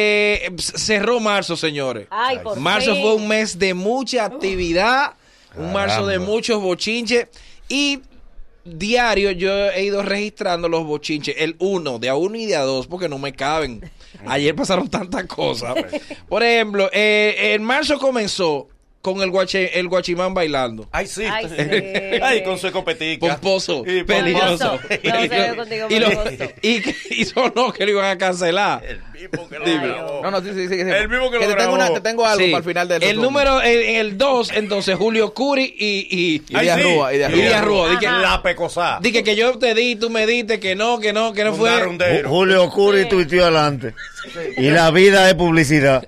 Este cerró marzo, señores. Ay, Ah, por marzo fin. fue un mes de mucha actividad, un marzo de Caramba. muchos bochinches y diario yo he ido registrando los bochinches, el uno, de a uno y de a dos, porque no me caben. Ayer pasaron tantas cosas. Por ejemplo, eh, en marzo comenzó con el, guache- el guachimán bailando. Ay, sí. Ay, sí. Ay, con su escopetica. Pomposo, Y peligroso. Pomposo. No, se veo contigo, y, lo- pomposo. y, que- y sonó que lo iban a cancelar. El mismo que lo Dime. grabó. No, no, sí, sí, sí. sí. El mismo que lo te tengo, grabó. una- te tengo algo Sí. para el final del El resumen. número, el- en el 2, entonces Julio Curi y. y, Ay, de arrúa, y de arrúa. Y de arrúa, di que- la pecosá. Dije que yo te di, tú me diste que no, que no, que no Un fue. Ju- darundero. Julio Curi tuiteó adelante. Y la vida es publicidad.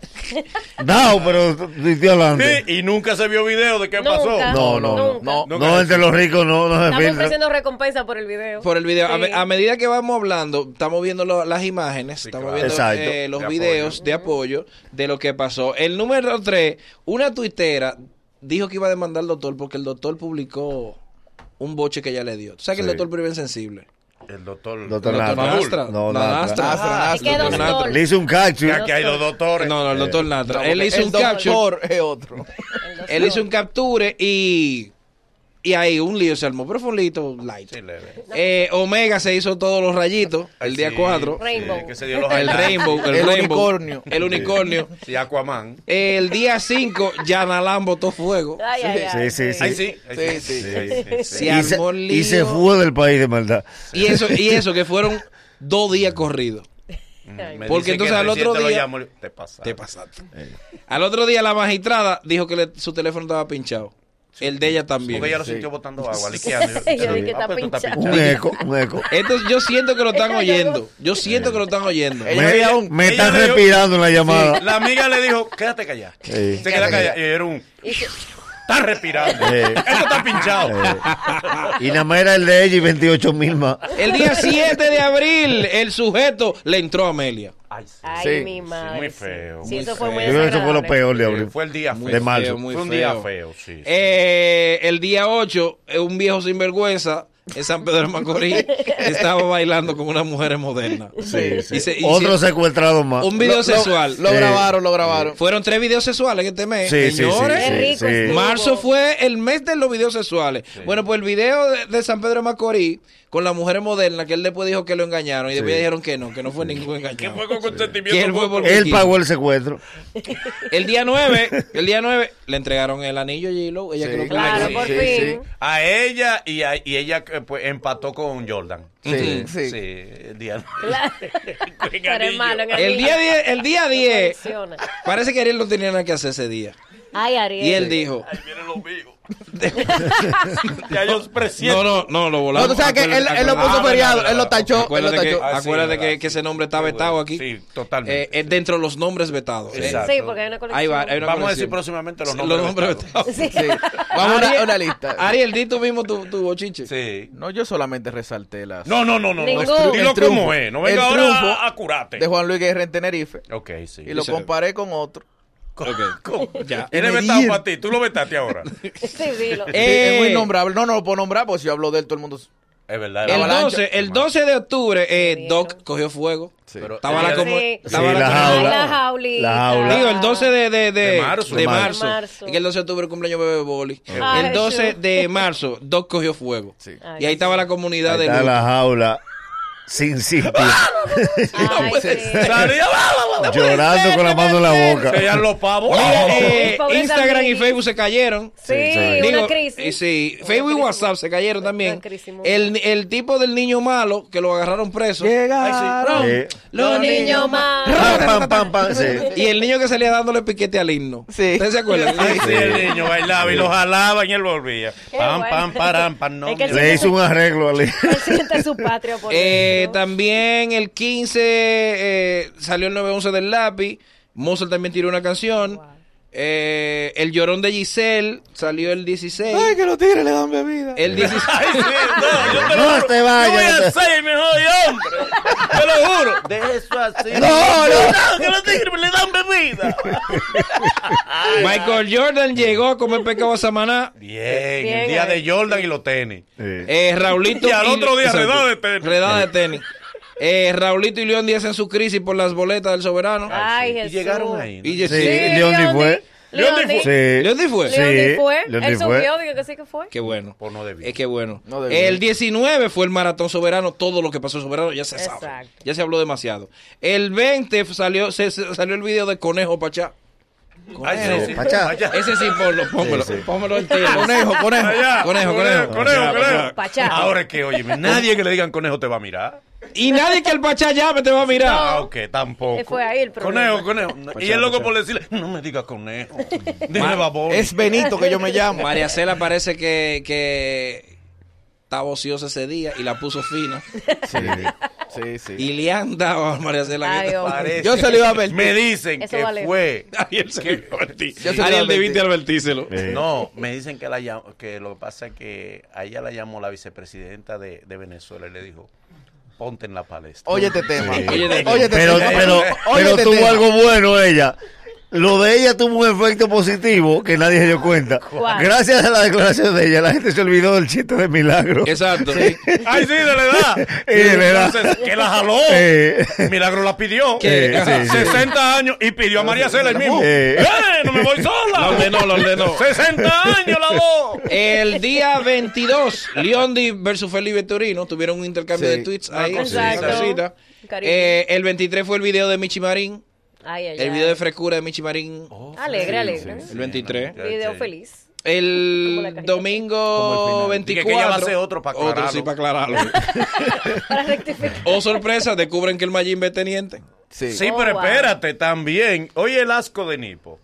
No, pero tuiteó adelante. Sí, y nunca se vio video de qué Nunca. pasó. No, no, no. Nunca. no. No, entre los ricos no, no se Estamos filtra. ofreciendo recompensa por el video. Por el video. A, me- Sí. a medida que vamos hablando, estamos viendo lo- las imágenes, estamos claro. viendo Exacto. eh, los De videos de apoyo de lo que pasó. El número 3, una tuitera dijo que iba a demandar al doctor porque el doctor publicó un boche que ella le dio. ¿Tú sabes que el Sí. doctor vive sensible? El doctor. doctor Doctor Natra. Nastra. No, No, Natra. Nastra. Astra, Ah, es que Astra, dos Astra. dólares. Le hice un cacho. Ya que hay dos doctores. No, no, el doctor Natra. Él hizo El un doctor capture. es otro. El doctor. Él hizo un capture y. Y ahí un lío se armó, pero fue un lío light. Sí, leve. Eh, Omega se hizo todos los rayitos el Ay, día sí, 4. sí, Rainbow. que se dio los El highlights. Rainbow, el, El Rainbow, unicornio. El unicornio. Sí, Aquaman. El día 5, Yanalán botó fuego. Ay, ay, ay. Sí, sí, sí. Ay, sí. ay, Sí, sí. sí, sí. Sí. Y se, armó lío. y se fue del país de maldad. Y eso, y eso que fueron dos días corridos. Porque Me dicen que entonces al recién otro te lo día- llamo, le- Te pasa. Te pasaste. Eh. Al otro día la magistrada dijo que le- su teléfono estaba pinchado. El de ella también. Porque ella lo sintió botando agua, liqueando. Yo dije, Ah, está pero tú estás pinchado. Un eco, un eco. Entonces yo siento que lo están Ella oyendo. Yo siento que lo están oyendo. Ella- Me, ella- me ella están le dio- respirando en la llamada. La amiga le dijo, quédate callada. Sí. Se queda callada. Y era un, Y se- está respirando. Sí. Esto está pinchado. Eh, Y nada más era el de ella y 28 mil más. El día 7 de abril, el sujeto le entró a Amelia. Ay, sí. Ay, Sí, mi sí, madre. muy sí. feo, Sí, muy eso fue feo. muy Yo creo que eso fue lo desagradable. peor de Eh, abril. Fue el día feo. De marzo. muy Fue un día feo, sí. sí. Eh, el día 8, eh, un viejo sinvergüenza en San Pedro de Macorís estaba bailando con una mujer moderna. Sí, sí. Y se- y Otro se- secuestrado más. un video Lo- lo- sexual. Lo Sí. grabaron, lo grabaron. Fueron tres videos sexuales en este mes. Sí, sí, sí, Señores, Qué rico Sí. estuvo. Marzo fue el mes de los videos sexuales. Bueno, pues el video de, de San Pedro de Macorís con la mujer moderna, que él después dijo que lo engañaron y después dijeron que no, que no fue ningún engaño. ¿Qué fue con Que él consentimiento? fue mutuo? porque Él quiso. pagó el secuestro. El día 9, el día 9 le entregaron el anillo a J-Lo, ella Sí, que lo Claro, pidió. por Sí, fin. A ella y, a- y ella eh, pues, empató con Jordan. Sí, Sí, sí. el día. Claro. Con Pero es malo en El día 10, el día 10 Funciona. parece que Ariel no tenía nada que hacer ese día. Ay, Ariel. Y él dijo, Ahí vienen los vivos. ya yo presiento. no, no, no, lo No, volamos. tú sabes que él, Acuérdate- él lo Ah, puso verdad, feriado, verdad, él lo verdad. tachó, él lo Acuérdate, que, tachó. Ah, sí, acuérdate verdad, que, que sí. ese nombre está vetado aquí. Sí, totalmente. Eh, es dentro de los nombres vetados. Eh, Exacto. Sí, porque hay una colección. Ahí va, hay una Vamos a decir colección. próximamente los Sí, nombres. vetados. vetados. Sí. Sí. Vamos a una, Ariel- una lista. Ariel, di tú mismo tu, tu bochinche. Sí. No, yo solamente resalté las. No, no, no, no. Ningún- no. Dilo el triunfo. cómo es. No venga El triunfo ahora a curarte. De Juan Luis Guerra en Tenerife. Ok, sí. Y lo Sí. comparé con otro. ¿Cómo? Ya. Él es Me vetado dieron. para ti. Tú lo vetaste ahora. Sí, dilo. Eh, Sí, es muy nombrable. No, no lo puedo nombrar porque si yo hablo de él, todo el mundo. Es verdad. El avalancha. 12, el 12 de octubre, eh, Doc cogió fuego. Pero- Estaba la Sí. como. Sí. estaba Sí, la como- Ay, jaula. la jaulita. La jaula. Digo, el 12 de, de, de, De marzo. de De marzo. marzo. Es que el 12 de octubre cumpleaños bebé Boli. Ay, el 12 Jesús. de marzo, Doc cogió fuego. Ay, Y ahí estaba la comunidad Ahí de está luto. la jaula sin sitio. Ay, sí. Salía, llorando con la mano en la boca. Serían los pavos. Mira, eh, El pobre Instagram y Salvini. Facebook se cayeron. Sí, sí. una Digo, crisis. eh, sí, Una Facebook y crisis. WhatsApp se cayeron Una también. crisis mundial. El, el tipo del niño malo que lo agarraron preso. Llegaron. Sí. Los niños más. Pam, pam, pam, pam. Sí. Y el niño que salía dándole piquete al himno. Sí. ¿Ustedes se acuerdan? Ay, sí, el niño bailaba y lo jalaba y él volvía. Pam, bueno. pam, param, pam, no. Es que mira. Le hizo un arreglo al Él siente su patria por Eh, dentro. también el 15 eh, salió el 911 del lápiz. Mozart también tiró una canción. Eh, el llorón de Giselle salió el 16. Ay, que los tigres le dan bebida. el 16. Ay, sí, no, yo te lo No juro. te Yo vayas, voy no a te- ser el mejor hombre. Te lo juro. De eso así. No, no. que los tigres le dan bebida. Michael Jordan llegó a comer pecado a Samaná. Bien, Bien, eh. el día ahí. de Jordan y los tenis. Sí. Eh, Raulito. Y al otro día, redada de tenis. Redada de tenis. Eh, Raulito y León Díaz en su crisis por las boletas del soberano. Ay, Y Jesús. llegaron ahí. ¿no? Y Sí, sí. Leondi fue. Leondi Sí. fue. Leondi fue. Sí. Leondi fue. Leondi Él fue. subió, digo que sí que fue. Qué bueno. Por no debí. Es que bueno. No debió. el 19 fue el maratón soberano, todo lo que pasó soberano ya se sabe. Exacto. Ya se habló demasiado. El 20 salió se- se- salió el video de Conejo Pachá. Ay, sí, sí. Pachá. Allá. Ese sí, ponlo, póngalo, Sí, sí. póngalo en tiro. Conejo, conejo. Allá. Conejo, conejo. Conejo, conejo. Pachá. Ahora es que, oye, nadie que le digan conejo te va a mirar. Y nadie que el Pachá llame te va a mirar. Ah, ok, tampoco. Eh, fue ahí el problema. Conejo, conejo. Y el loco por decirle, no me digas conejo. Dime Ma- babón. Es Benito que yo me llamo. María Cela parece que, que estaba ociosa ese día y la puso fina. Sí, sí. Y le andaba a María Cela. que- Ay, hombre. Parece. Yo se lo iba a ver. Me dicen Eso que vale. fue. Ariel se lo advertí. Yo se lo Ariel advertí. debiste advertírselo. Sí. No, me dicen que, la, llam- que lo que pasa es que a ella la llamó la vicepresidenta de, de Venezuela y le dijo, ponte en la palestra. Oye este tema. Sí. Oye este Pero, tema. pero, Oye pero este tuvo tema. algo bueno ella. Lo de ella tuvo un efecto positivo que nadie se dio cuenta. ¿Cuál? Gracias a la declaración de ella, la gente se olvidó del chiste de Milagro. Exacto. ¡Ay, sí, de la edad! Sí, de la edad. Entonces, que la jaló. Eh, Milagro la pidió. ¿Qué? Sí, sí. 60 años y pidió a María Cela el mismo. Eh. ¡Eh, no me voy sola! La ordenó, la ordenó. 60 años la dos. El día 22, Leondi versus Felipe Turino tuvieron un intercambio Sí. de tweets ahí. Una una cosita. cosita. Cariño. Eh, el 23 fue el video de Michi Marín. Ay, ay, El ay. video de frescura de Michi Marín. Oh. Oh, Alegre, alegre. El 23. Video feliz. Como la El carita. domingo el final. Dije 24. que ella va a hacer otro pa' aclararlo. Otro, sí, para aclararlo. Para rectificar. o sorpresa, descubren que el Mayimbe es teniente. Sí. Sí, Oh, pero wow. espérate, también. Oye, el asco de Nipo.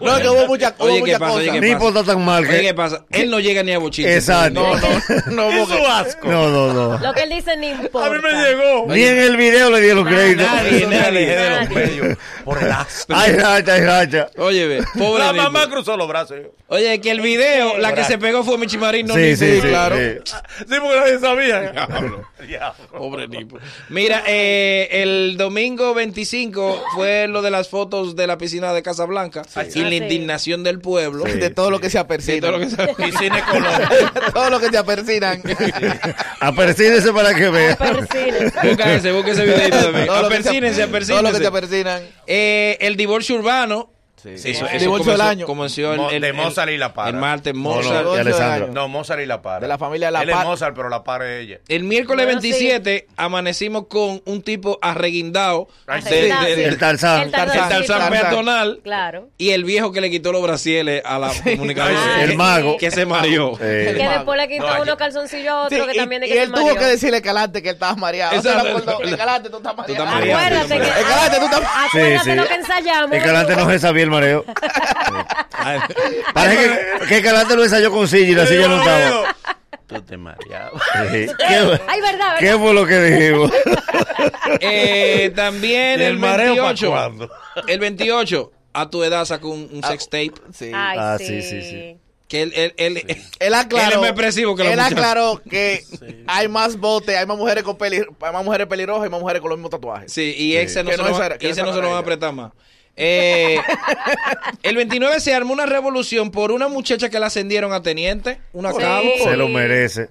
No, que hubo muchas Oye, ¿qué mucha pasa? cosas. Oye, Ni importa tan mal Oye, ¿qué que. pasa? Él no llega ni a bochito. Exacto. No, no. No, ¿Qué es porque- su asco? No, no, no. Lo que él dice ni importa. A mí me llegó. Ni en el video le dieron crédito. Nadie, Yo me nadie, alejé de los nadie. medios por el asco. Ay, racha, ay, racha. Oye, ve, pobre La tipo. mamá cruzó los brazos. yo. Oye, que el video, la que se pegó fue Michi Marín, no Sí, ni sí, sí. claro. sí. Sí, porque nadie sabía. Diablo. Pobre tipo. Mira, eh, el domingo 25 fue lo de las fotos de la piscina de Casablanca y Ah, la sí. indignación del pueblo. De todo lo que se De todo lo que apercinan. se- Piscina ecológica. Todo lo que se apercinan. Apercíbese para que vea. Persines. Busca ese, busca ese videito también. Todo lo que se- Apersínense, Todo lo que apersínense. se apercinan. Eh, el divorcio urbano. Sí. Eso, eso El divorcio comenzó, del año. comenzó el, Mo- el- de el- Mozart y La Para. El martes, Oh, No, Mozart. no, y Alessandro. No, Mozart y la para. De la familia La Él es Para. Mozart, pero la para es ella. El miércoles Bueno, 27 amanecimos con un tipo arreguindado. Ay, de- sí. de- de- El Tarzán. El el Tarzán. Tarzán peatonal. Claro. Y el viejo que le quitó los brasieles a la comunicadora. Ay, El Que- mago. Que se mareó. Eh, Que mago. después le quitó No, yo- unos calzoncillos a otro Sí, que y- también es y que se él tuvo mareó. que decirle Calante que él estaba mareado. Exacto, Se la acordó. exacto. Calante, tú estás Tú mareado. estás mareado. Acuérdate que. Acuérdate, tú estás- Acuérdate Sí, sí. lo Ah, que ensayamos. El Calante no se sabía el mareo. Ay, Parece que, que Calante lo ensayó con silla y la Yo silla digo, no estaba. Tú te mareabas. Sí. ¿Qué, Ay, verdad, qué verdad. fue lo que dijimos? eh, también ¿Y el el mareo pa' 28. cuándo? El 28. A tu edad sacó un, Ah. un sex tape. Sí. Ay, Ah, sí. sí, sí, sí. Que él, él, él- Él aclaró. Él es más expresivo que los Él muchachos. aclaró que hay más botes, hay más mujeres con peli, hay más mujeres pelirrojas y más mujeres con los mismos tatuajes. Sí, y ese no Que se no lo va- esa- que y ese esa no no se lo era van a ella. apretar más. Eh, el 29 se armó una revolución por una muchacha que la ascendieron a teniente, una Sí. cabo. Se lo merece.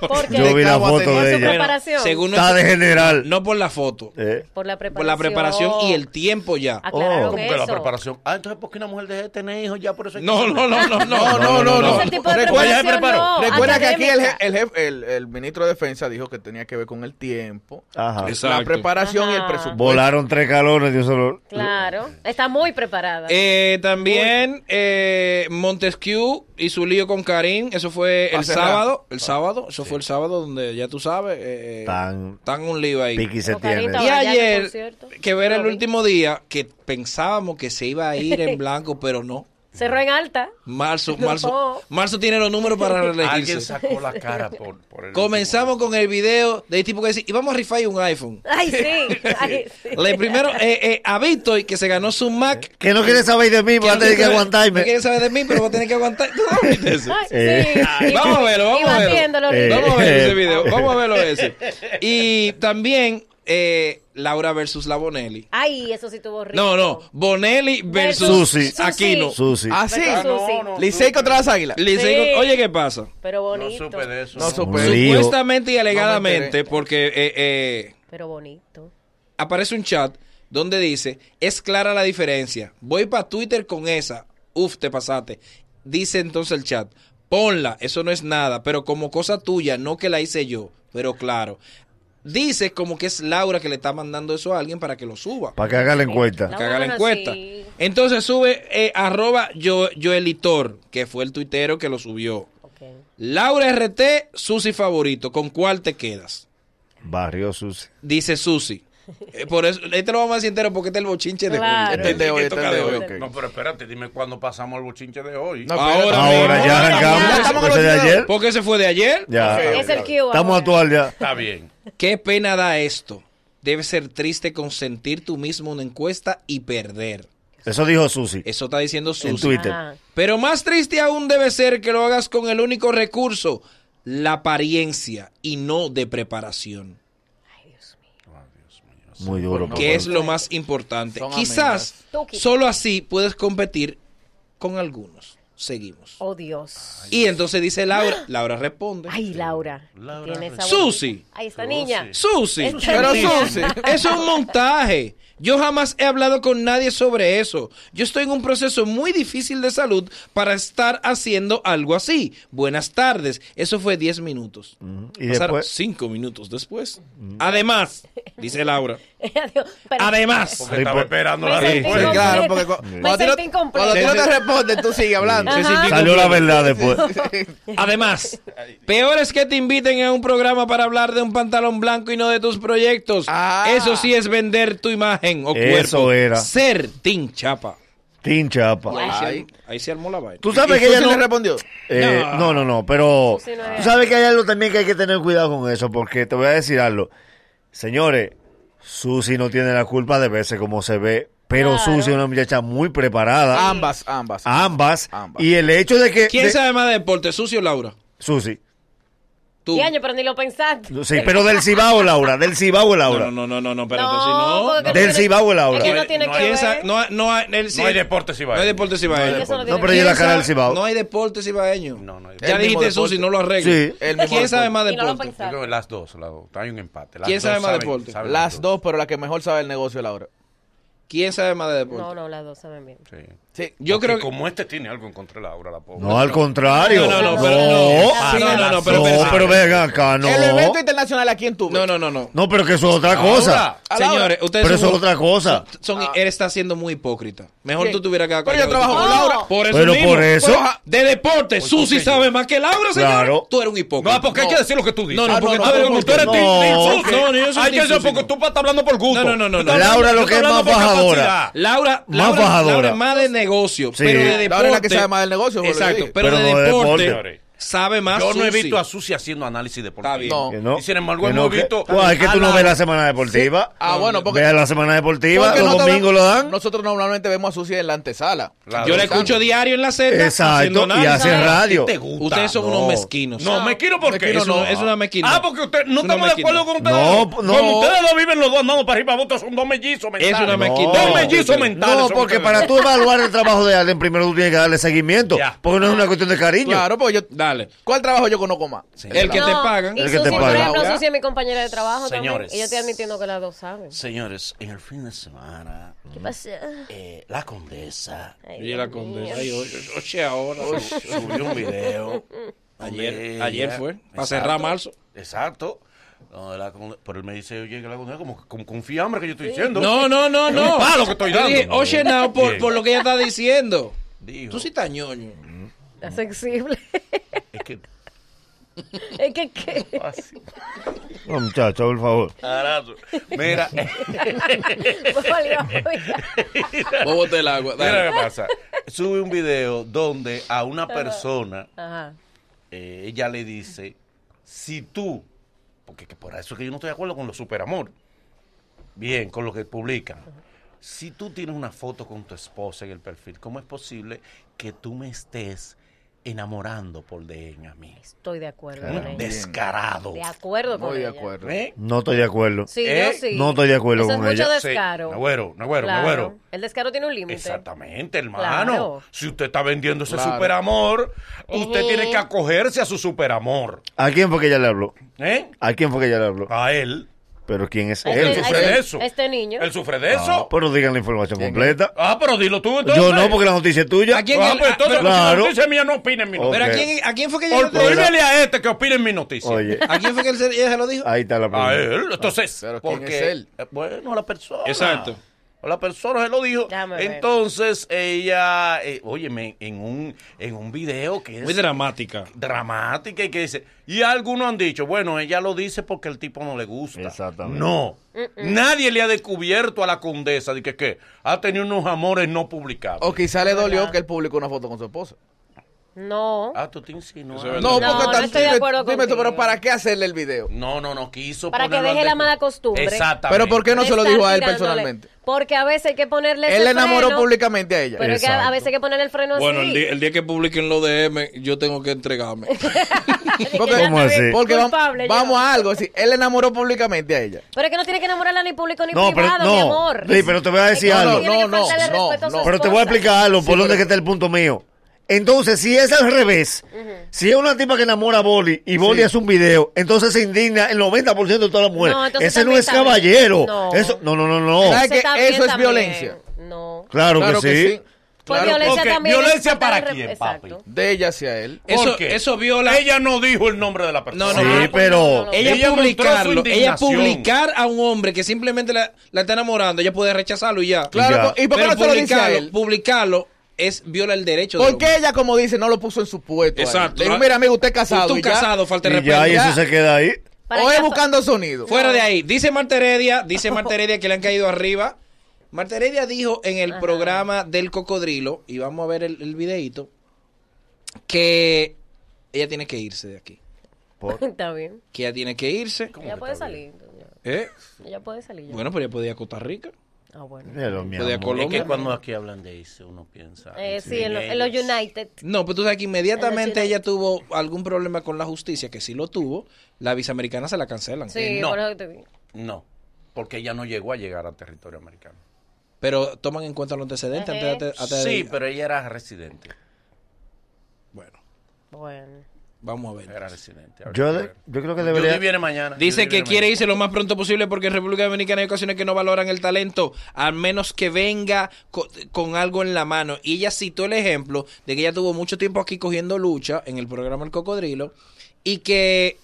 Porque Yo vi la Cabo foto Ateneo de su ella. preparación. según Está de nuestro- general. no por la foto, Eh, por la preparación. Ah, por la preparación y el tiempo ya. Aclararon Oh. Como que eso. la preparación. Ah, entonces, ¿por qué una mujer deje de tener hijos ya por eso? hay que No, no, no, no, no, No, no, no, no. Ese tipo de Recuerda, preparación no, recuerda que aquí el, je- académica. el, jef- el- el ministro de Defensa dijo que tenía que ver con el tiempo, ajá. Exacto. la preparación y el Ajá. presupuesto. Volaron tres calones de un solo. Claro. Está muy preparada. Eh, también eh, Montesquieu y su lío con Karim, eso fue el Pa' cerrar. sábado, Ah. el sábado, eso fue el sábado donde ya tú sabes, eh, eh, Tan- tan un lío ahí. Piqui se Como Carita, tiene. Y Estaba ya en el ayer, concierto. que ver el Lo vi. último día, que pensábamos que se iba a ir en blanco, pero no. Cerró en alta. Marzo, No. marzo, marzo tiene los números para Alguien reelegirse. sacó la cara por, por el. Comenzamos con el video del tipo que dice, y vamos a rifar un iPhone. Ay, sí. Ay, sí. Le primero, eh, eh, a Víctor, que se ganó su Mac. Que no quiere saber de mí, va a tener que saber- aguantarme. No quiere saber de mí, pero va a tener que aguantar. ¿Tú no viste eso? Ay, sí. Eh. Y- Vamos a verlo, vamos y a verlo. batiéndolo, Eh. Ricky. Vamos a ver ese video, vamos a verlo ese. Y también eh, Laura versus la Bonelli. Ay, eso sí tuvo rico. No, no. Bonelli versus Susi. Susi. Aquino. Susi. Ah, sí. Versus Ah, no, Susi. no. Licey contra las águilas. Licey con- Oye, ¿qué pasa? Pues, Pero No bonito. supe de eso. No supe. Un lío. Supuestamente y alegadamente, enteré. porque eh, eh, Pero bonito. aparece un chat donde dice, es clara la diferencia. Voy para Twitter con esa. Uf, te pasaste. Dice entonces el chat, ponla, eso no es nada, pero como cosa tuya, no que la hice yo, pero claro. Dice como que es Laura que le está mandando eso a alguien para que lo suba. Para que haga la encuesta. La- que haga la bueno, encuesta. sí. Entonces sube eh, arroba yo, Joelitor, que fue el tuitero que lo subió. Ok. Laura RT, Susi favorito, ¿con cuál te quedas? Barrio Susi. Dice Susi. Eh, por eso, este lo vamos a decir entero porque este es el bochinche de Claro. hoy. Este es de hoy, Toca este es de de hoy, hoy. ok. No, pero espérate, dime cuándo pasamos al bochinche de hoy. No, Ahora, Ahora ya Ya arrancamos. estamos en ¿Ese de los ayer? Porque se fue de ayer. Ya. Ok, Es el Q. Estamos ahora. actual ya. Está bien. Qué pena da esto. Debe ser triste consentir tú mismo una encuesta y perder. Eso dijo Susi. Eso está diciendo En Susi. Twitter. Ajá. Pero más triste aún debe ser que lo hagas con el único recurso, la apariencia y no de preparación. Muy duro. papá. que es lo más importante. Son Quizás amigas. Tuki. solo así puedes competir con algunos. Seguimos. Oh, Dios. Y entonces dice Laura, Laura responde. Ay, Laura. Este. Laura Tiene esa Susi. bonita- Ay, esta Susi. niña. Susi, Esta pero niña. Susi, es un montaje. Yo jamás he hablado con nadie sobre eso. Yo estoy en un proceso muy difícil de salud para estar haciendo algo así. Buenas tardes. Eso fue 10 minutos. Y Pasaron después. 5 minutos después. Además, dice Laura. Adiós. Pero- Además. Porque estaba Repo- esperando Me la sentí Sí, respuesta. claro, porque cu- Me cuando, a ti no- sentí incompleta. cuando a ti no te responden, tú sigues hablando. Se sintió Salió la bien. verdad después. Además, peor es que te inviten a un programa para hablar de un pantalón blanco y no de tus proyectos. Ah. Eso sí es vender tu imagen o cuerpo. Eso era. Ser Team Chapa. Tinchapa. Ahí, se, Ay. armó- ahí se armó la vaina. Tú ¿Y sabes que Susi ella no. le respondió? Eh, No. no, no, no, pero Susi no es. tú sabes que hay algo también que hay que tener cuidado con eso, porque te voy a decir algo. Señores, Susi no tiene la culpa de verse como se ve, pero Claro. Susi es una muchacha muy preparada. Ambas, ambas. Ah. Ambas. Ambas. Y el hecho de que... ¿Quién de- sabe más de deporte, Sucio o Laura? Susi. Tú. Diaño, pero ni lo pensaste. Sí, pero del Cibao, Laura. Del Cibao, Laura. No, no, no, no, no, espérate, No, si no. porque no. tú Del tienes- Cibao, Laura. Es que no No tiene hay- que ¿Quién ver. sabe? No, no, hay- él sí- No hay deporte cibaeño. No hay deporte cibaeño. Eso no No, tiene pero que ella ver. la cara del Cibao. No hay deporte cibaeño. No, no hay- Ya El mismo dijiste, deporte. Susi, no lo arregles. Sí. El mismo ¿Quién sabe deporte. más Y no lo deporte? Yo creo que las dos, las dos. Hay un empate. Las ¿Quién dos sabe más saben- deporte? saben Las los dos, pero la que mejor sabe el negocio, Laura. ¿Quién sabe más de deporte? No, no, las dos saben bien. Sí. Sí. Yo Porque creo que. Como este tiene algo en contra de Laura, la pobre. No, al contrario. No, no, no, pero No, ah, no. Sí, no, no, no, pero no, espérate. pero ven acá, no. El evento internacional aquí en Tuve. No, no, no, no. No, pero que eso es otra cosa. Laura, Señores, ustedes Pero son eso es muy- otra cosa. son- él está siendo muy hipócrita. Mejor ¿Quién? tú tuvieras que Pero yo trabajo con No. Laura. Por eso Pero mismo. por eso. De deporte, Susi porque yo- sabe más que Laura, señor. Claro. Tú eres un hipócrita. No, porque hay que decir lo que tú dices. No, no, Ah, porque no, tú eres no, un- tú eres no. team- team Susi. No, ni yo soy Hay team que decir Susi, porque no. tú estás hablando por gusto. No, no, no, no, Tú no. estás Laura hablando- lo tú que es estás más hablando por bajadora. capacidad. Laura, Más Laura, bajadora. Laura es más de negocio, Sí. pero de deporte. Laura es la que sabe más del negocio, fue lo que Exacto, dije. pero, Pero de no de deporte, deporte. sabe más. Yo no he Susi. visto a Susi haciendo análisis deportivo. Está bien. No. Que no, Y sin embargo, que hemos que- visto Pues, es que a tú no la- ves la semana deportiva. Ah, bueno, porque- Ve a la semana deportiva, Porque los no te domingos ven- lo dan. Nosotros normalmente vemos a Susi en la antesala. Claro. Yo la escucho diario en la Z. haciendo Exacto, y análisis. hace ¿Sabes? radio. ¿Te gusta? Ustedes son unos No. mezquinos. No, me quiero porque Es una- es una mequina. Ah, porque usted, no Es una estamos de acuerdo con mequina. ustedes. No, no. Como ustedes dos viven los dos andando para arriba, vosotros son dos mellizos mentales. Es una mequina. Dos mellizos No, mentales. No, son porque ustedes. para tú evaluar el trabajo de alguien, primero tú tienes que darle seguimiento. Ya. Porque no es una cuestión de cariño. Claro, porque yo. Dale. ¿Cuál trabajo yo conozco más? El que No, te pagan. Y El que Susi, te por pagan. ejemplo, Susi es mi compañera de trabajo Señores. también. Y yo estoy admitiendo que las dos saben. Señores, en el fin de semana, ¿Qué pasa? eh, la condesa Oye, la condesa. Ay, oye, oye, ahora. subió un video. donde Ayer, ella- ayer fue. Para Exacto. cerrar marzo. Exacto. Donde la conde- pero él me dice, oye, que la condesa, como, como con fiambre que yo estoy diciendo. No, no, no, Es no. un palo que estoy Yo dije, dando. oye, now, por, Bien. por lo que ella está diciendo. Dijo, Tú sí estás ñoño. Sensible. es que... es que, que- No, muchacho, por favor. Carazo. Mira, Pues valió, oiga. Bóbote el agua. dale. mira qué pasa. Sube un video donde a una persona Ajá. eh, ella le dice, si tú, porque que por eso es que yo no estoy de acuerdo con los superamor, bien, con lo que publican, si tú tienes una foto con tu esposa en el perfil, ¿cómo es posible que tú me estés enamorando por DN a mí. Estoy de acuerdo Claro. con ella. Descarado. De acuerdo con Muy de ella. acuerdo. ¿Eh? No estoy de acuerdo. Sí, ¿Eh? yo sí. No estoy de acuerdo Eso con es mucho ella. descaro. Sí, Nagüero, Nagüero, Claro. Nagüero. El descaro tiene un límite. Exactamente, hermano. Claro. Si usted está vendiendo ese Claro. superamor, usted Ujú. tiene que acogerse a su superamor. ¿A quién fue que ella le habló? ¿Eh? ¿A quién fue que ella le habló? A él. Pero ¿quién es Ay, él? Él ay, sufre ay, de eso. este niño. Él sufre de eso. Pero digan la información completa. Ah, pero dilo tú entonces. Ah, Yo no, porque la noticia es tuya. ¿A quién Ah, él- pues entonces, ah, pero- si Claro. la noticia es mía, no opinen mi pero noticia. ¿a Ok. quién, a quién fue que ella Por se lo dijo? prohíbele a este que opine mi noticia. Oye, ¿A quién fue que él se- ella se lo dijo? ahí está la A pregunta. él, entonces. Pero ¿quién es él? eh, Bueno, la persona. Exacto. La persona se lo dijo. Déjame ver. Entonces ella, eh, óyeme, en un, en un video que es Muy dramática. dramática y que dice, y algunos han dicho, bueno, ella lo dice porque el tipo no le gusta. Exactamente. No, nadie le ha descubierto a la condesa de que, que ha tenido unos amores no publicados. O quizá le dolió ¿Verdad? que él publicó una foto con su esposa. No. Ah, tú te insinúas. Eso es No, No, porque no tan- estoy de dime- acuerdo dime tú, contigo. pero ¿para qué hacerle el video? No, no, no quiso. Para que ponerlo deje al la descu- mala costumbre. Exactamente. Pero ¿por qué no De se lo dijo estar a él tirándole. personalmente? Porque a veces hay que ponerle Él ese la enamoró freno, públicamente a ella. Pero es que a- a Exacto. veces hay que ponerle el freno Bueno, así. el día, el día que publiquen lo DM, yo tengo que entregarme. Porque- ¿Cómo así? Porque vamos, Culpable, yo. vamos a algo. Si él la enamoró públicamente a ella. Pero es que no tiene que enamorarla ni público ni No, pero- privado, no. mi amor. Sí, pero te voy a Es decir que algo. tiene que No, no, faltarle no, respeto a su no. Pero te voy a esposa. explicar algo, por Sí, dónde pero- que está el punto mío. Entonces, si es al revés, si es una tipa que enamora a Boli y Boli hace un video, entonces se indigna el 90% de todas las mujeres. No, entonces Ese no también es está bien. caballero. No. Eso, no, no, no, no. ¿Sabes Ese que también, eso es también. violencia? No. Claro, que, Pues sí. Claro, violencia porque también. es ¿violencia faltar para de re- quién, Exacto. papi? De ella hacia él. Eso- ¿Por qué? eso viola- Ella no dijo el nombre de la persona. No, no, Sí, no, no. pero- Ella, Ella mostró su publicarlo, ella indignación. publicar a un hombre que simplemente la, la está enamorando, ella puede rechazarlo y ya. Claro, Ya. ¿y por qué Pero no se lo dice a publicarlo, él? publicarlo es viola el derecho. del Porque hombre. ella, como dice, no lo puso en su puesto. a él. Exacto. Le dijo, mira, amigo, usted es casado. Tú y ya. casado, falta de Y ya, y respeto. eso se queda ahí. Para o que- es buscando sonido. Fuera de ahí. Dice Marta Heredia, dice Marta Heredia que le han caído arriba. Marta Heredia dijo en el Ajá. programa del cocodrilo, y vamos a ver el, el videíto, que ella tiene que irse de aquí. Está bien. Que ella tiene que irse. Ella puede salir. ¿Eh? Ella puede salir. ya. Bueno, pero ella podía a Costa Rica. Ah, bueno. Pero, mi Podía amor. colo- Es que Colombia. cuando aquí hablan de eso, uno piensa. Eh, sí, en en, lo- en ellos. los United. No, pues tú sabes que inmediatamente Pero sí, ella tuvo algún problema con la justicia, que sí lo tuvo, la visa americana se la cancelan. Sí, no. por eso que te digo. No, porque ella no llegó a llegar al territorio americano. Pero toman en cuenta los antecedentes Ajá. antes, de- antes de- Sí, pero ella era residente. Bueno, Bueno. vamos a ver. Era residente. Yo, de- yo creo que debería... Judy viene mañana. Dice Judy que viene quiere mañana. irse lo más pronto posible porque en República Dominicana hay ocasiones que no valoran el talento, al menos que venga co- con, algo en la mano. Y ella citó el ejemplo de que ella tuvo mucho tiempo aquí cogiendo lucha en el programa El Cocodrilo y que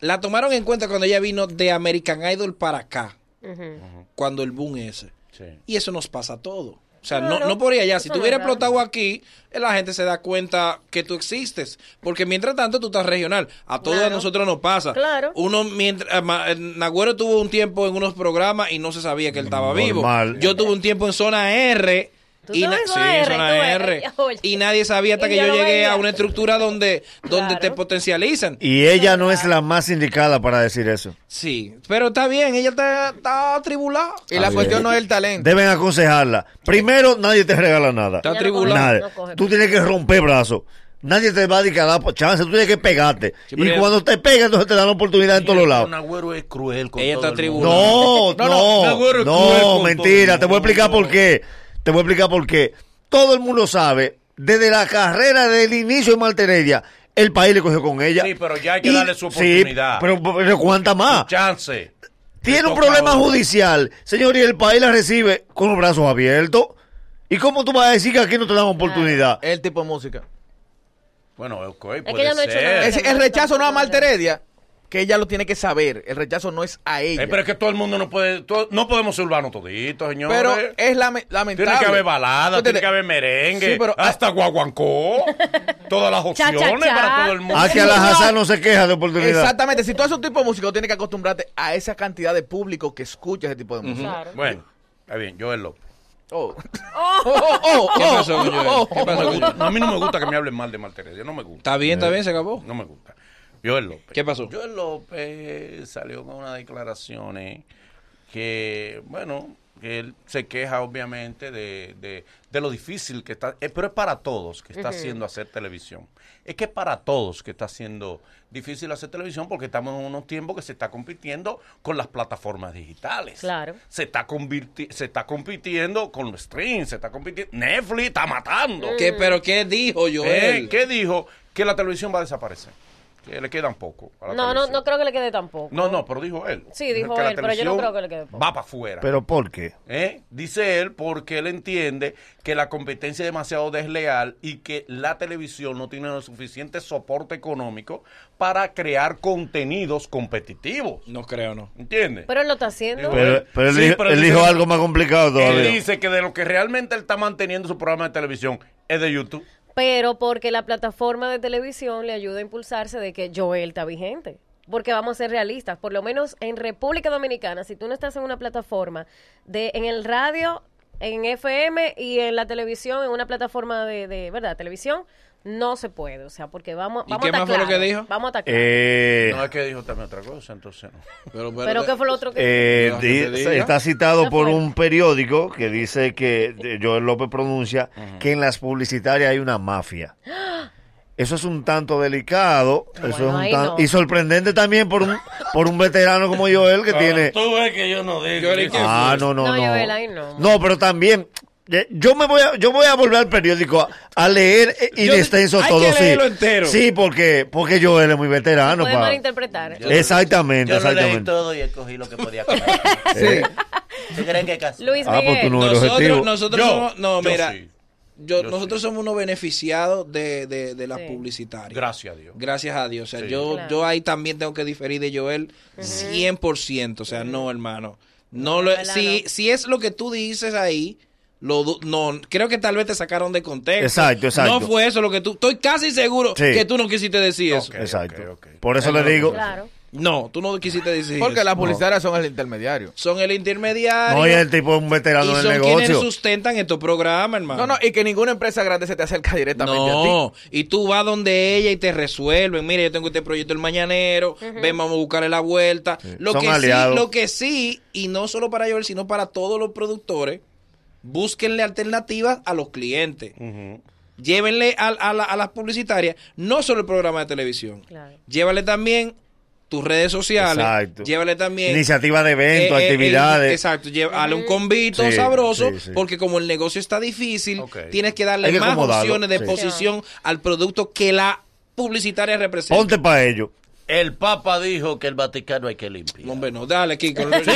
la tomaron en cuenta cuando ella vino de American Idol para acá, Ujú. cuando el boom ese. Sí. Y eso nos pasa a todos. O sea, no, Claro. no por allá. Si Eso tú hubieras es verdad. explotado aquí, eh, la gente se da cuenta que tú existes. Porque mientras tanto tú estás regional. A todos Claro. nosotros nos pasa. Claro. Uno, mientras. eh, ma- eh, Nagüero tuvo un tiempo en unos programas y no se sabía que él estaba Normal. vivo. Yo tuve un tiempo en zona R. Tú Y estabas na- en sí, zona R, zona tú ves. R. Oye. Y nadie sabía hasta Y que yo yo lo llegué veía. a una estructura donde, donde Claro. te potencializan. Y ella no es la más indicada para decir eso. Sí, pero está bien, ella está, está atribulada. Y la Está cuestión bien. no es el talento. Deben aconsejarla. Primero, nadie te regala nada. Está Ya no atribulada. coge- Nadie. no coge. tú tienes que romper brazos. Nadie te va a dedicar a dar chance. Tú tienes que pegarte. Sí, pero y ella- cuando te pegas, entonces te dan la oportunidad en todos los lados. Un agüero es cruel con Ella todo está el mundo. tribunal. No, No, no, no, no, Nagüero es cruel con todo mentira. el Te voy a explicar mundo. por qué. Te voy a explicar por qué. Todo el mundo sabe, desde la carrera del inicio de Malteredia, el país le cogió con ella. Sí, pero ya hay que Y- darle su sí, oportunidad. pero, pero ¿cuánta más? Su Chance. Tiene un toca problema ahora. judicial, señor, y el país la recibe con los brazos abiertos. ¿Y cómo tú vas a decir que aquí no te dan oportunidad? El tipo de música. Bueno, ok, puede que ella no ha hecho nada. ser. Es Eh, decir, el rechazo no es a Marta Heredia, que ella lo tiene que saber. El rechazo no es a ella. Eh, pero es que todo el mundo no puede. todo- no podemos ser urbanos toditos, señores. Pero es lame- lamentable. Tiene que haber balada, ¿Tú tiene entiendes? que haber merengue, Sí, pero- hasta guaguancó, todas las Cha, opciones cha, cha. para todo el mundo. Ah, que a la Hazán no se queja de oportunidad. Exactamente. Si tú haces un tipo de música, tú tienes que acostumbrarte a esa cantidad de público que escucha ese tipo de música. Claro. Bueno, está bien, Joel López. Oh. Oh, oh, oh, ¿Qué oh, pasó, Joel? oh, ¿Qué No pasó, me Joel? gusta. No, a mí no me gusta que me hablen mal de Malteredia, no me gusta. Está bien, está bien, se acabó. No me gusta. Joel López. ¿Qué pasó? Joel López salió con unas declaraciones que, bueno, él se queja obviamente de, de- de lo difícil que está, eh, pero es para todos que está haciendo hacer televisión. Es que es para todos que está haciendo difícil hacer televisión porque estamos en unos tiempos que se está compitiendo con las plataformas digitales. Claro. Se está, convirti- se está compitiendo con stream, se está compitiendo. Netflix está matando. Mm. ¿Qué, pero qué dijo Joel? Eh, ¿Qué dijo? Que la televisión va a desaparecer. Que le quedan poco. a la No, no, televisión. no creo que le quede tampoco. No, no, pero dijo él. Sí, dijo la él, pero yo no televisión creo que le quede poco. Va para afuera. Pero ¿por qué? ¿eh? Dice él porque él entiende que la competencia es demasiado desleal y que la televisión no tiene el suficiente soporte económico para crear contenidos competitivos. No creo, no. ¿Entiendes? Pero él lo está haciendo. Digo, Pero, pero él, Sí, dijo- pero él dice- dijo algo más complicado él todavía. dice que de lo que realmente él está manteniendo su programa de televisión es de YouTube. Pero porque la plataforma de televisión le ayuda a impulsarse de que Joel está vigente. Porque vamos a ser realistas, por lo menos en República Dominicana, si tú no estás en una plataforma de en el radio, en FM y en la televisión, en una plataforma de, de ¿verdad? Televisión, no se puede. O sea, porque vamos, ¿Y vamos qué a estar más fue lo claros, que dijo? Vamos a estar claros. Eh, No es que dijo también otra cosa, entonces no. Pero, Pero ¿qué fue lo otro que eh, Deja que di- te diga. está Ya citado por fue. un periódico que dice que eh, Joel López pronuncia que en las publicitarias hay una mafia. Eso es un tanto delicado. eso Bueno, es un ahí tan- no. Y sorprendente también por un, por un veterano como Joel Ah, que tiene... Tú ves que yo no digo. Yo le- Ah, no, no, No, no. Joel, ahí no. No, pero también... eh, Yo me voy a, yo voy a volver al periódico a, a leer eh, in Yo- extenso hay que todo, sí. leerlo entero. Sí, porque, porque Joel es muy veterano. puede pa. malinterpretar? Exactamente, Yo lo leí exactamente. todo y escogí lo que podía comer. Eh, ¿Tú crees que casi? Luis Ah, pues Miguel. tú no eres objetivo. Nosotros, nosotros Yo, somos, no, yo mira, sí. yo- Yo nosotros somos unos beneficiados de, de, de las Sí. publicitarias. Gracias a Dios. Gracias a Dios. O sea, Sí. yo, Claro. yo ahí también tengo que diferir de Joel 100%. O sea, no, hermano. No lo, Ojalá si, no. si es lo que tú dices ahí, lo, du- no, creo que tal vez te sacaron de contexto. Exacto, exacto. No fue eso lo que tú. Estoy casi seguro Sí. que tú no quisiste decir eso. Ok. Exacto. ok, ok. Por eso le digo. Claro. No, tú no quisiste decir oh. Porque eso. las publicitarias son el intermediario. Son el intermediario. No, y el tipo es un y veterano son del quienes negocio. sustentan estos programas, hermano. No, no, y que ninguna empresa grande se te acerca directamente a ti. No, y tú vas donde ella y te resuelven. Mire, yo tengo este proyecto el mañanero. Ven, vamos a buscarle la vuelta. Lo Son que aliados. sí, lo que sí, y no solo para Joel, sino para todos los productores, búsquenle alternativas a los clientes. Llévenle al- a, la- a las publicitarias, no solo el programa de televisión. Claro. Llévale también tus redes sociales. Exacto. Llévale también Iniciativa de eventos, eh, eh, actividades. eh, exacto, llevarle un convito Sí, sabroso, sí, sí. porque como el negocio está difícil, Ok. tienes que darle Hay que más acomodarlo, opciones de sí. posición al producto que la publicitaria representa. Ponte para ello. El Papa dijo que el Vaticano hay que limpiar. No, hombre, no, dale aquí. Con Sí,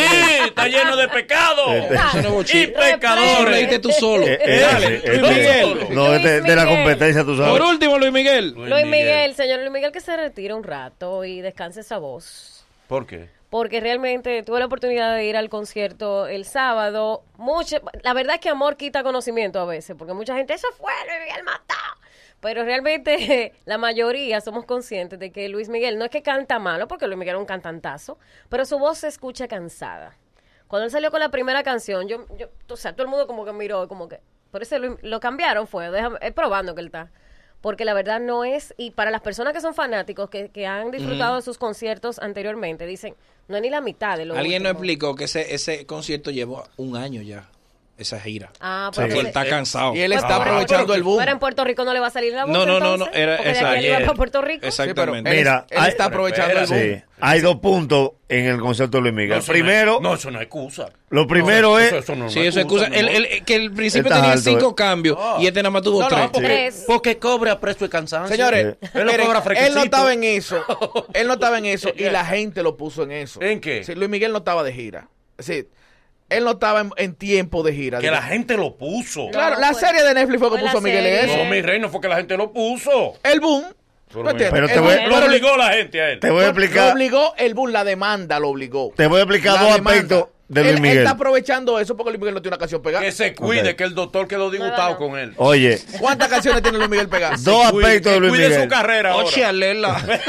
está lleno de pecado. Eh, Eso no es bochinche. Y pecadores. Leíste tú solo. Eh, eh, Dale, eh, Luis eh, Miguel. No, Luis de, de la Miguel. competencia, tú sabes. Por último, Luis Miguel. Luis Luis Miguel, Miguel, señor Luis Miguel, que se retire un rato y descanse esa voz. ¿Por qué? Porque realmente tuve la oportunidad de ir al concierto el sábado. Mucha, la verdad es que amor quita conocimiento a veces, porque mucha gente, eso fue Luis Miguel mató. Pero realmente la mayoría somos conscientes de que Luis Miguel no es que canta malo, porque Luis Miguel es un cantantazo, pero su voz se escucha cansada. Cuando él salió con la primera canción, yo, yo o sea, todo el mundo como que miró, como que... Por eso lo, lo cambiaron, fue, déjame, es probando que él está. Porque la verdad no es, y para las personas que son fanáticos, que, que han disfrutado de sus conciertos anteriormente, dicen, no es ni la mitad de lo Alguien nos último. explicó que ese, ese concierto llevó un año ya, esa gira. Ah, Porque pues él está cansado. Y él está Ah, aprovechando el boom. Pero en Puerto Rico no le va a salir la voz, No, no, no, no, entonces, era porque de aquí él iba exacto. para Puerto Rico. Exacto. Sí, pero él, Exactamente. Mira, él hay- está aprovechando el boom. Sí. Hay dos puntos en el concierto de Luis Miguel. eso primero, No, es- no, eso no es excusa. lo primero No, es. eso- eso no es Sí, una eso es excusa. mi El, amor. el- que el principio Estás tenía alto, cinco eh. cambios y este nada más tuvo No, no, tres. porque- Tres. Porque cobra preso y cansancio. Señores, Sí. Él lo miren, cobra él fresquecito. no estaba en eso. Él no estaba en eso y la gente lo puso en eso. ¿En qué? Sí, Luis Miguel no estaba de gira. Sí, él no estaba en, en tiempo de gira. Que la digamos. gente lo puso. Claro, No, la fue- serie de Netflix fue que fue la puso a Miguel en serie. No, eso. mi reino, fue que la gente lo puso. El boom. ¿Tú entiendes? Pero te El voy- boom- Lo obligó la gente a él. Te voy a lo- Lo explicar. obligó el boom, la demanda lo obligó. Te voy a explicar La dos demanda. aspectos de Él- Luis Él Miguel. está aprovechando eso porque Luis Miguel no tiene una canción pegada. Que se cuide, Ok. que el doctor quedó disgustado No, no, no. con él. Oye, ¿Cuántas canciones tiene Luis Miguel pegada? dos Cuide- aspectos de que Luis cuide Miguel. su carrera ahora. Oye, Alela.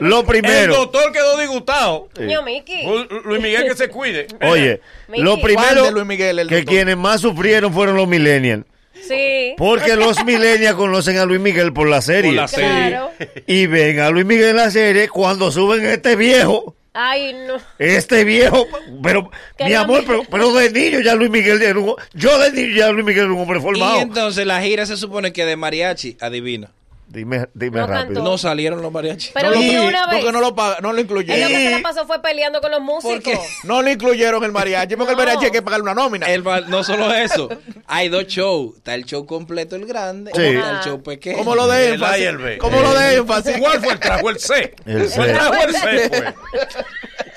Lo El primero. doctor quedó disgustado. Sí. Ño, Miki. Lu- Luis Miguel que se cuide. Oye, Miki. lo Fan primero de Luis Miguel, el que doctor. quienes más sufrieron fueron los millennials. Sí. Porque los millennials conocen a Luis Miguel por la serie. Por la serie. Claro. Y ven a Luis Miguel en la serie cuando suben este viejo Ay, no. Este viejo, pero Que mi no amor, me- pero, pero de niño ya Luis Miguel era un, yo de niño ya Luis Miguel era un hombre Y formado. entonces la gira se supone que de mariachi, adivina. Dime, dime No rápido. cantó. No salieron los mariachis. Pero no lo- dime una vez. porque no lo, paga- no lo Él lo incluyeron. que se la pasó fue peleando con los músicos. No lo incluyeron el mariachi, porque No. el mariachi hay que pagarle una nómina. El ba- no solo eso, hay dos shows. Está el show completo, el grande, Sí. y está el Ah. show pequeño. como lo de El A y el énfasis. B. Como lo de énfasis. ¿Cuál fue el trago? El C. El Fue C. trago el C, pues.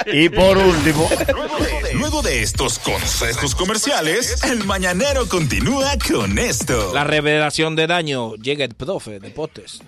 Y por último, Luego de estos consejos comerciales, el mañanero continúa con esto. La revelación de daño llega el profe de Potes.